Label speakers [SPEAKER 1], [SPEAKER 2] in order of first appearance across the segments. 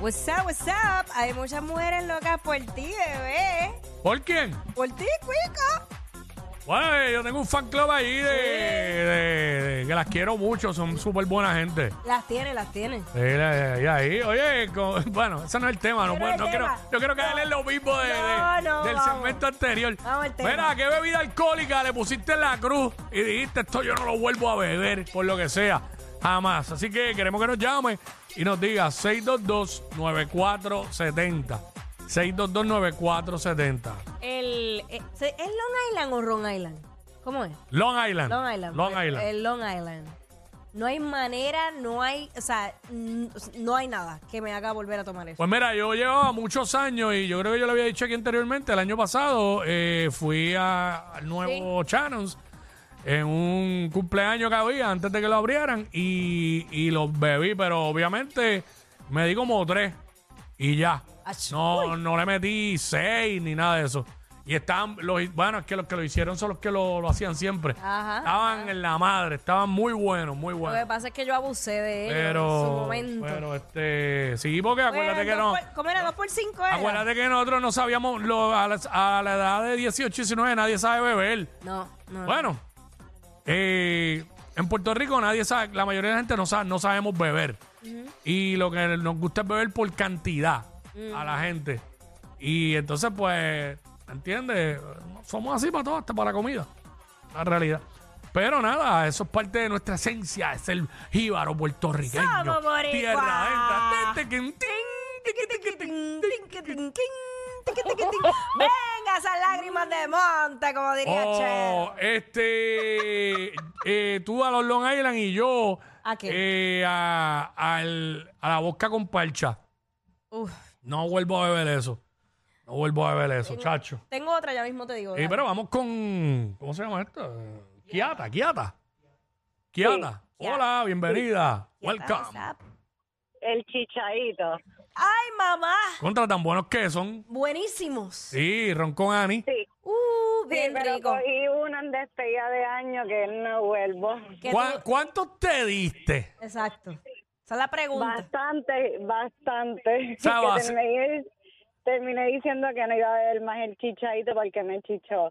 [SPEAKER 1] What's up, what's up? Hay muchas mujeres locas por ti, bebé.
[SPEAKER 2] ¿Por quién?
[SPEAKER 1] Por ti, cuico.
[SPEAKER 2] Bueno, eh, yo tengo un fan club ahí de, de- de- que las quiero mucho, son súper buena gente.
[SPEAKER 1] Las tiene, las tiene.
[SPEAKER 2] Y, la- y ahí, oye, co- bueno, ese no es el tema, no,
[SPEAKER 1] Pero
[SPEAKER 2] puedo-
[SPEAKER 1] el
[SPEAKER 2] no quiero,
[SPEAKER 1] tema.
[SPEAKER 2] no quiero caerle en lo mismo de, de-
[SPEAKER 1] No, no,
[SPEAKER 2] del
[SPEAKER 1] vamos.
[SPEAKER 2] segmento anterior.
[SPEAKER 1] Vamos al tema.
[SPEAKER 2] Mira, ¿qué bebida alcohólica le pusiste en la cruz y dijiste esto yo no lo vuelvo a beber, por lo que sea, jamás? Así que queremos que nos llame y nos diga 622-9470. 622-9470.
[SPEAKER 1] El, eh, ¿se- ¿Es Long Island o Ron Island? ¿Cómo es?
[SPEAKER 2] Long Island.
[SPEAKER 1] Long Island.
[SPEAKER 2] Long
[SPEAKER 1] pues,
[SPEAKER 2] Island.
[SPEAKER 1] El Long Island. No hay manera, no hay, o sea, n- no hay nada que me haga volver a tomar eso.
[SPEAKER 2] Pues mira, yo llevaba muchos años y yo creo que yo le había dicho aquí anteriormente, el año pasado eh, fui a- al nuevo Channels en un cumpleaños que había antes de que lo abrieran y, y los bebí, pero obviamente me di como tres y ya.
[SPEAKER 1] Ach,
[SPEAKER 2] No, no le metí seis ni nada de eso. Y estaban, los, bueno, es que los que lo hicieron son los que lo, lo hacían siempre.
[SPEAKER 1] Ajá,
[SPEAKER 2] estaban en la madre, estaban muy buenos, muy
[SPEAKER 1] Lo que
[SPEAKER 2] buenos.
[SPEAKER 1] pasa es que yo abusé de ello en su
[SPEAKER 2] Pero,
[SPEAKER 1] momento.
[SPEAKER 2] pero este, sí, porque acuérdate
[SPEAKER 1] Pues,
[SPEAKER 2] que no.
[SPEAKER 1] dos por- ¿Cómo era? ¿Dos por cinco era?
[SPEAKER 2] Acuérdate que nosotros no sabíamos, lo- a, las- a la edad de 18, 19 nadie sabe beber.
[SPEAKER 1] No, no. no.
[SPEAKER 2] Bueno, eh, en Puerto Rico nadie sabe, la mayoría de la gente no, sabe, no sabemos beber. Y lo que nos gusta es beber por cantidad a la gente. Y entonces, pues, ¿entiendes? Somos así para todo, hasta para la comida. La realidad. Pero nada, eso es parte de nuestra esencia, es el jíbaro puertorriqueño.
[SPEAKER 1] Somos boricua.
[SPEAKER 2] Tierra adentro. Tin, tiquin, tin, tiquin, tiquin, tin.
[SPEAKER 1] Tiquitín, tiquitín, tiquitín. Venga esas lágrimas de monte, como diría Cher.
[SPEAKER 2] Oh, este. eh, tú a los Long Island y yo.
[SPEAKER 1] ¿A qué?
[SPEAKER 2] eh, a, al- a la boca con parcha.
[SPEAKER 1] Uf,
[SPEAKER 2] No vuelvo a beber eso. No vuelvo a beber eso, chacho.
[SPEAKER 1] tengo otra, ya mismo te digo.
[SPEAKER 2] Eh, pero vamos con. ¿Cómo se llama esto? Kiata, Kiata. Kiata. Hola, bienvenida. Welcome.
[SPEAKER 3] El chichaito.
[SPEAKER 1] Ay, mamá.
[SPEAKER 2] Contra tan buenos que son.
[SPEAKER 1] Buenísimos.
[SPEAKER 2] Sí, Ron con Ani.
[SPEAKER 3] Sí.
[SPEAKER 1] Uh,
[SPEAKER 3] Sí,
[SPEAKER 1] bien
[SPEAKER 3] pero
[SPEAKER 1] rico.
[SPEAKER 3] cogí uno en despedida de año que no vuelvo.
[SPEAKER 1] Que
[SPEAKER 2] ¿Cuá-
[SPEAKER 1] tú-
[SPEAKER 2] ¿Cuántos te diste?
[SPEAKER 1] Exacto. Esa es la pregunta.
[SPEAKER 3] Bastante, bastante.
[SPEAKER 2] Sabas.
[SPEAKER 3] Que terminé, terminé diciendo que no iba a ver más el chichaito porque me chichó.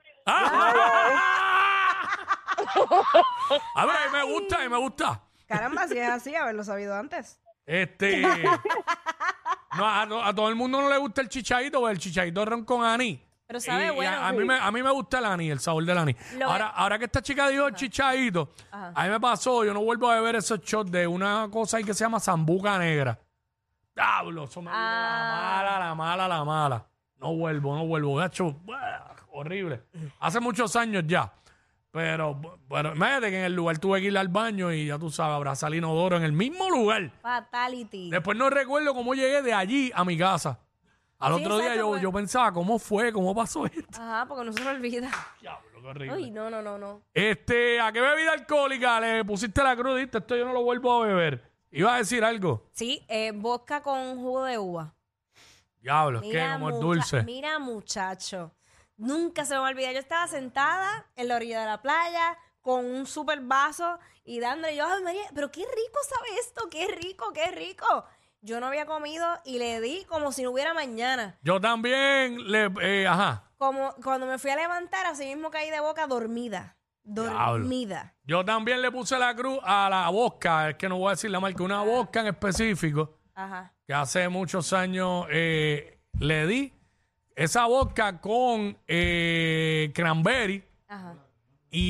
[SPEAKER 2] ¡Ah! A ver, me gusta, me gusta.
[SPEAKER 1] Caramba, si es así, haberlo sabido antes.
[SPEAKER 2] Este. No, a, to- a todo el mundo no le gusta el chichaito, porque el chichaito es ron con aní.
[SPEAKER 1] Pero sabe
[SPEAKER 2] Y- y a-
[SPEAKER 1] bueno.
[SPEAKER 2] a, mí me, a mí me gusta el aní, el sabor del aní.
[SPEAKER 1] Lo-
[SPEAKER 2] Ahora, ahora que esta chica dijo el chichaito,
[SPEAKER 1] Ajá.
[SPEAKER 2] a mí me pasó, yo no vuelvo a beber esos shots de una cosa ahí que se llama zambuca negra. Diablo, eso me
[SPEAKER 1] Ah.
[SPEAKER 2] la mala, la mala, la mala. No vuelvo, no vuelvo. Gacho, buah, horrible. Hace muchos años ya. Pero, bueno, imagínate que en el lugar tuve que ir al baño y ya tú sabes, abrazar el inodoro en el mismo lugar.
[SPEAKER 1] Fatality.
[SPEAKER 2] Después no recuerdo cómo llegué de allí a mi casa. Al
[SPEAKER 1] Sí,
[SPEAKER 2] otro día
[SPEAKER 1] exacto,
[SPEAKER 2] yo,
[SPEAKER 1] pues.
[SPEAKER 2] yo pensaba, ¿cómo fue? ¿Cómo pasó esto?
[SPEAKER 1] Ajá, porque no se lo olvida.
[SPEAKER 2] Diablo, qué horrible.
[SPEAKER 1] Uy, no, no, no, no.
[SPEAKER 2] Este, ¿a qué bebida alcohólica le pusiste la cruz? Dijiste, esto yo no lo vuelvo a beber. Iba a decir algo.
[SPEAKER 1] Sí, eh, vodka con jugo de uva.
[SPEAKER 2] Diablo, es que como es
[SPEAKER 1] mucha-
[SPEAKER 2] dulce.
[SPEAKER 1] mira, muchacho. Nunca se me va a olvidar. Yo estaba sentada en la orilla de la playa con un super vaso y dándole yo, ay María, pero qué rico sabe esto, qué rico, qué rico. Yo no había comido y le di como si no hubiera mañana.
[SPEAKER 2] Yo también le, eh, ajá.
[SPEAKER 1] Como cuando me fui a levantar, así mismo caí de boca dormida. Dormida.
[SPEAKER 2] Yo también le puse la cruz a la bosca, es que no voy a decir la marca, una bosca en específico,
[SPEAKER 1] Ajá.
[SPEAKER 2] que hace muchos años eh, le di esa bosca con eh, cranberry.
[SPEAKER 1] Ajá.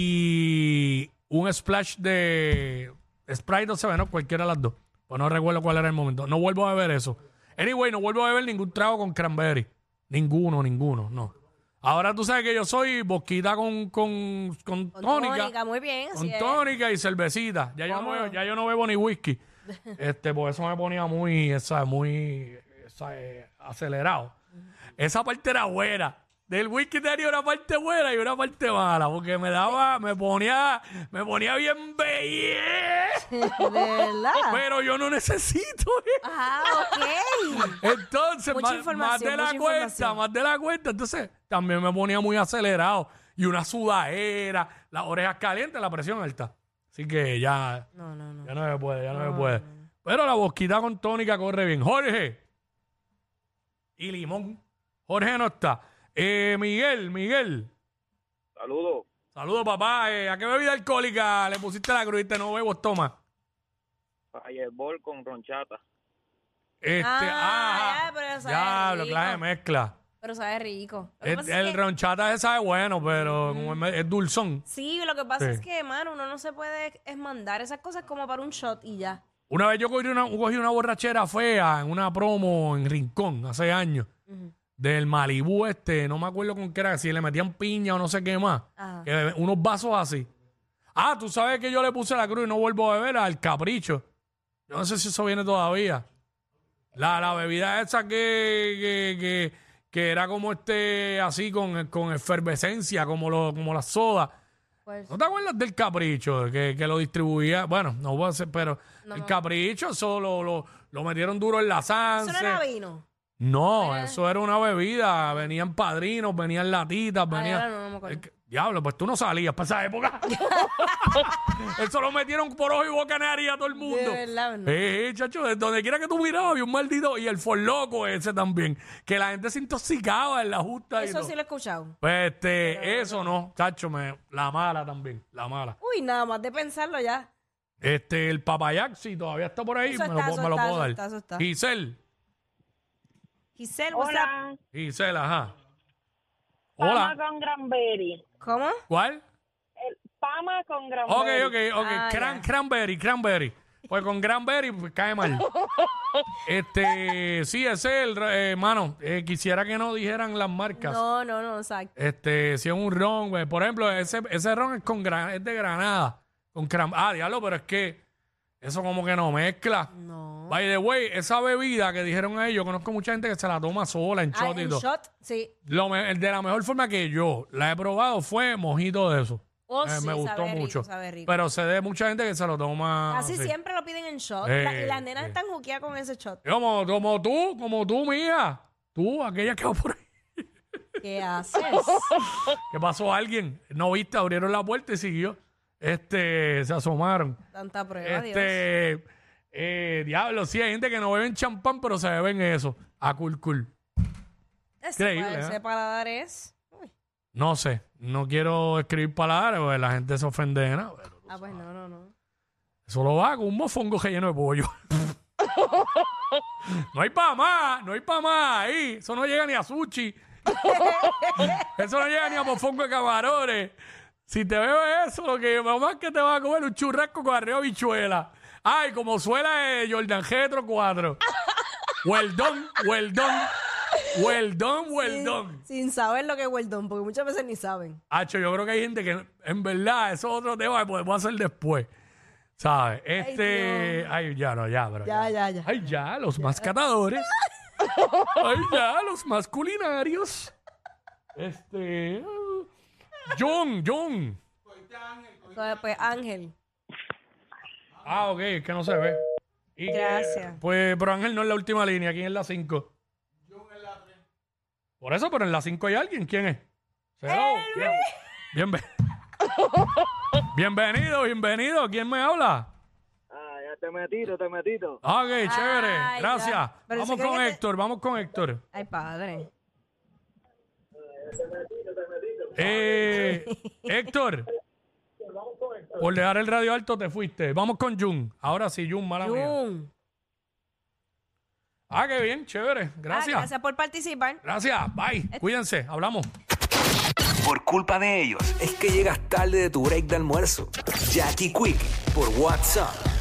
[SPEAKER 2] y un splash de Sprite o Seven Up, cualquiera de las dos. Pues no recuerdo cuál era el momento. No vuelvo a beber eso. Anyway, no vuelvo a beber ningún trago con cranberry. Ninguno, ninguno, no. Ahora tú sabes que yo soy boquita con, con, con
[SPEAKER 1] Con
[SPEAKER 2] tónica.
[SPEAKER 1] muy bien.
[SPEAKER 2] con
[SPEAKER 1] así es.
[SPEAKER 2] tónica y cervecita. Ya yo, no
[SPEAKER 1] ¿Cómo
[SPEAKER 2] bebo,
[SPEAKER 1] no?
[SPEAKER 2] ya yo no bebo ni whisky. Este, por eso me ponía muy, esa, muy esa, eh, acelerado. Esa parte era buena. Del whisky tenía una parte buena y una parte mala, porque me daba, me ponía, me ponía bien bella.
[SPEAKER 1] De verdad.
[SPEAKER 2] Pero yo no necesito eso.
[SPEAKER 1] Ajá, ok.
[SPEAKER 2] Entonces,
[SPEAKER 1] Mucha
[SPEAKER 2] más, más de
[SPEAKER 1] información,
[SPEAKER 2] la
[SPEAKER 1] mucha
[SPEAKER 2] cuenta,
[SPEAKER 1] información.
[SPEAKER 2] más de la cuenta. Entonces, también me ponía muy acelerado. Y una sudadera, las orejas calientes, la presión alta. Así que ya,
[SPEAKER 1] No, no, no. Ah.
[SPEAKER 2] ya no me puede, ya no, me puede. Pero la bosquita con tónica corre bien. Jorge, y limón. Jorge no está. Eh, Miguel, Miguel.
[SPEAKER 4] Saludos.
[SPEAKER 2] Saludos, papá. Eh, ¿A qué bebida alcohólica le pusiste la cruz y te no bebo, toma?
[SPEAKER 4] Fireball con ronchata.
[SPEAKER 2] Este,
[SPEAKER 1] Ah, ya, pero eso es
[SPEAKER 2] diablo, clase de
[SPEAKER 1] rico.
[SPEAKER 2] mezcla.
[SPEAKER 1] Pero sabe rico. Lo que
[SPEAKER 2] El,
[SPEAKER 1] pasa es
[SPEAKER 2] el
[SPEAKER 1] que-
[SPEAKER 2] ronchata ese sabe bueno, pero como es, es dulzón.
[SPEAKER 1] Sí, lo que pasa
[SPEAKER 2] Sí.
[SPEAKER 1] es que, mano, uno no se puede es mandar esas cosas como para un shot y ya.
[SPEAKER 2] Una vez yo cogí una, cogí una borrachera fea en una promo en Rincón hace años. Del Malibú este, no me acuerdo con qué era, si le metían piña o no sé qué más.
[SPEAKER 1] Ajá.
[SPEAKER 2] Que bebe- unos vasos así. Ah, tú sabes que yo le puse la cruz y no vuelvo a beber al capricho. Yo no sé si eso viene todavía. La, la bebida esa que, que, que- que era como este, así con, con efervescencia, como, lo, como la soda.
[SPEAKER 1] Pues,
[SPEAKER 2] ¿No te acuerdas del capricho que, que lo distribuía? Bueno, no voy a hacer, pero el capricho, eso lo, lo, lo metieron duro en la
[SPEAKER 1] eso no era Eh.
[SPEAKER 2] salsa.
[SPEAKER 1] vino.
[SPEAKER 2] No, eso era una bebida. Venían padrinos, venían latitas,
[SPEAKER 1] Ah,
[SPEAKER 2] venían.
[SPEAKER 1] ya no, no me acuerdo.
[SPEAKER 2] El que- Diablo, pues tú no salías para esa época. Eso lo metieron por ojo y boca nariz a todo el mundo.
[SPEAKER 1] De verdad, ¿no?
[SPEAKER 2] Eh, chacho, de donde quiera que tú mirabas había un maldito y el forloco ese también, que la gente se intoxicaba en la justa y
[SPEAKER 1] Eso
[SPEAKER 2] todo.
[SPEAKER 1] sí lo he escuchado.
[SPEAKER 2] Pues este, eso no, chacho, me, la mala también, la mala.
[SPEAKER 1] Uy, nada más de pensarlo ya.
[SPEAKER 2] Este, el papayac, si todavía está por ahí,
[SPEAKER 1] Eso
[SPEAKER 2] me lo,
[SPEAKER 1] está,
[SPEAKER 2] puedo-
[SPEAKER 1] eso
[SPEAKER 2] me lo
[SPEAKER 1] está,
[SPEAKER 2] puedo
[SPEAKER 1] eso
[SPEAKER 2] dar.
[SPEAKER 1] está, eso está.
[SPEAKER 2] Giselle,
[SPEAKER 1] Giselle, what's up?
[SPEAKER 3] Hola.
[SPEAKER 2] Giselle, ajá.
[SPEAKER 3] Pama
[SPEAKER 2] Hola,
[SPEAKER 3] con Granberry.
[SPEAKER 1] ¿Cómo?
[SPEAKER 2] ¿cuál?
[SPEAKER 3] El Pama con
[SPEAKER 2] Ok,
[SPEAKER 3] Granberry.
[SPEAKER 2] ok, ok.
[SPEAKER 1] Ah, ya.
[SPEAKER 2] Cran- Cranberry, cranberry. Pues con cranberry pues, cae mal. este, sí, ese es el, eh, mano, eh, quisiera que no dijeran las marcas.
[SPEAKER 1] No, no, no, exacto.
[SPEAKER 2] Este, si es un ron, güey. Por ejemplo, ese, ese ron es, con gran- es de Granada. Con cran ah, diablo, pero es que eso como que no mezcla.
[SPEAKER 1] No.
[SPEAKER 2] By the way, esa bebida que dijeron ahí, yo conozco mucha gente que se la toma sola en
[SPEAKER 1] Ah,
[SPEAKER 2] shot y
[SPEAKER 1] en
[SPEAKER 2] todo.
[SPEAKER 1] shot, sí.
[SPEAKER 2] Lo me- el de la mejor forma que yo la he probado fue mojito de eso.
[SPEAKER 1] Oh,
[SPEAKER 2] Eh,
[SPEAKER 1] sí,
[SPEAKER 2] me gustó
[SPEAKER 1] sabe rico,
[SPEAKER 2] mucho.
[SPEAKER 1] sabe rico.
[SPEAKER 2] Pero se de mucha gente que se lo toma.
[SPEAKER 1] Casi
[SPEAKER 2] así.
[SPEAKER 1] siempre lo piden en shot.
[SPEAKER 2] Ah, Eh,
[SPEAKER 1] La- y las nenas
[SPEAKER 2] eh.
[SPEAKER 1] están juqueadas con ese shot.
[SPEAKER 2] Como, como tú, como tú, mía. Tú, aquella que va por ahí.
[SPEAKER 1] ¿Qué haces?
[SPEAKER 2] ¿Qué pasó? Alguien no viste, abrieron la puerta y siguió. Este, se asomaron.
[SPEAKER 1] Tanta prueba, Dios.
[SPEAKER 2] Este, eh, diablo, sí, hay gente que no beben champán, pero se beben eso. A cool cool.
[SPEAKER 1] Ese
[SPEAKER 2] increíble,
[SPEAKER 1] pa-
[SPEAKER 2] ¿eh?
[SPEAKER 1] Ese paladar es... Uy.
[SPEAKER 2] No sé, no quiero escribir palabras, porque la gente se ofende, ¿no? Pero
[SPEAKER 1] Ah, pues no, no, no.
[SPEAKER 2] Eso lo va con un mofongo relleno de pollo. no hay pa' más, no hay pa' más ahí. Eso no llega ni a sushi. eso no llega ni a mofongo de camarones. Si te veo eso, lo que lo más que te vas a comer es un churrasco con arriba bichuela. Ay, como suela eh, Jordan Getro 4. Hueldón, hueldón, hueldón, hueldón.
[SPEAKER 1] Sin saber lo que es Weldon, porque muchas veces ni saben.
[SPEAKER 2] Hacho, yo creo que hay gente que en verdad eso es otro tema que podemos hacer después. ¿Sabes? Este. Ay, ya no, ya, pero.
[SPEAKER 1] Ya, ya, ya.
[SPEAKER 2] Ay, ya, los más catadores. Ay, ya, los más culinarios. Este. John, John.
[SPEAKER 1] Entonces, pues Ángel.
[SPEAKER 2] Ah, ok, es que no se ve. Y que-
[SPEAKER 1] Gracias.
[SPEAKER 2] pues, pero Ángel no es la última línea, ¿quién es la 5? John es la 3. Por eso, pero en la 5 hay alguien, ¿quién es? Hello.
[SPEAKER 1] ¡Eh,
[SPEAKER 2] Bien- bienve- bienvenido, bienvenido, ¿quién me habla? Ah,
[SPEAKER 4] Ah, ya te metito, te metito.
[SPEAKER 2] Ok, chévere,
[SPEAKER 1] Ay,
[SPEAKER 2] gracias.
[SPEAKER 1] ya. Pero
[SPEAKER 2] Vamos
[SPEAKER 1] se cree
[SPEAKER 2] con
[SPEAKER 1] que te-
[SPEAKER 2] Héctor, vamos con Héctor.
[SPEAKER 1] Ay, padre.
[SPEAKER 2] Eh, Héctor, por dejar el radio alto te fuiste. Vamos con Jun. Ahora sí, Jun, mala mía.
[SPEAKER 1] Jun.
[SPEAKER 2] Ah, qué bien, chévere.
[SPEAKER 1] Ah,
[SPEAKER 2] Gracias.
[SPEAKER 1] gracias por participar.
[SPEAKER 2] Gracias, bye. Cuídense, hablamos.
[SPEAKER 5] Por culpa de ellos es que llegas tarde de tu break de almuerzo. Jackie Quick por WhatsApp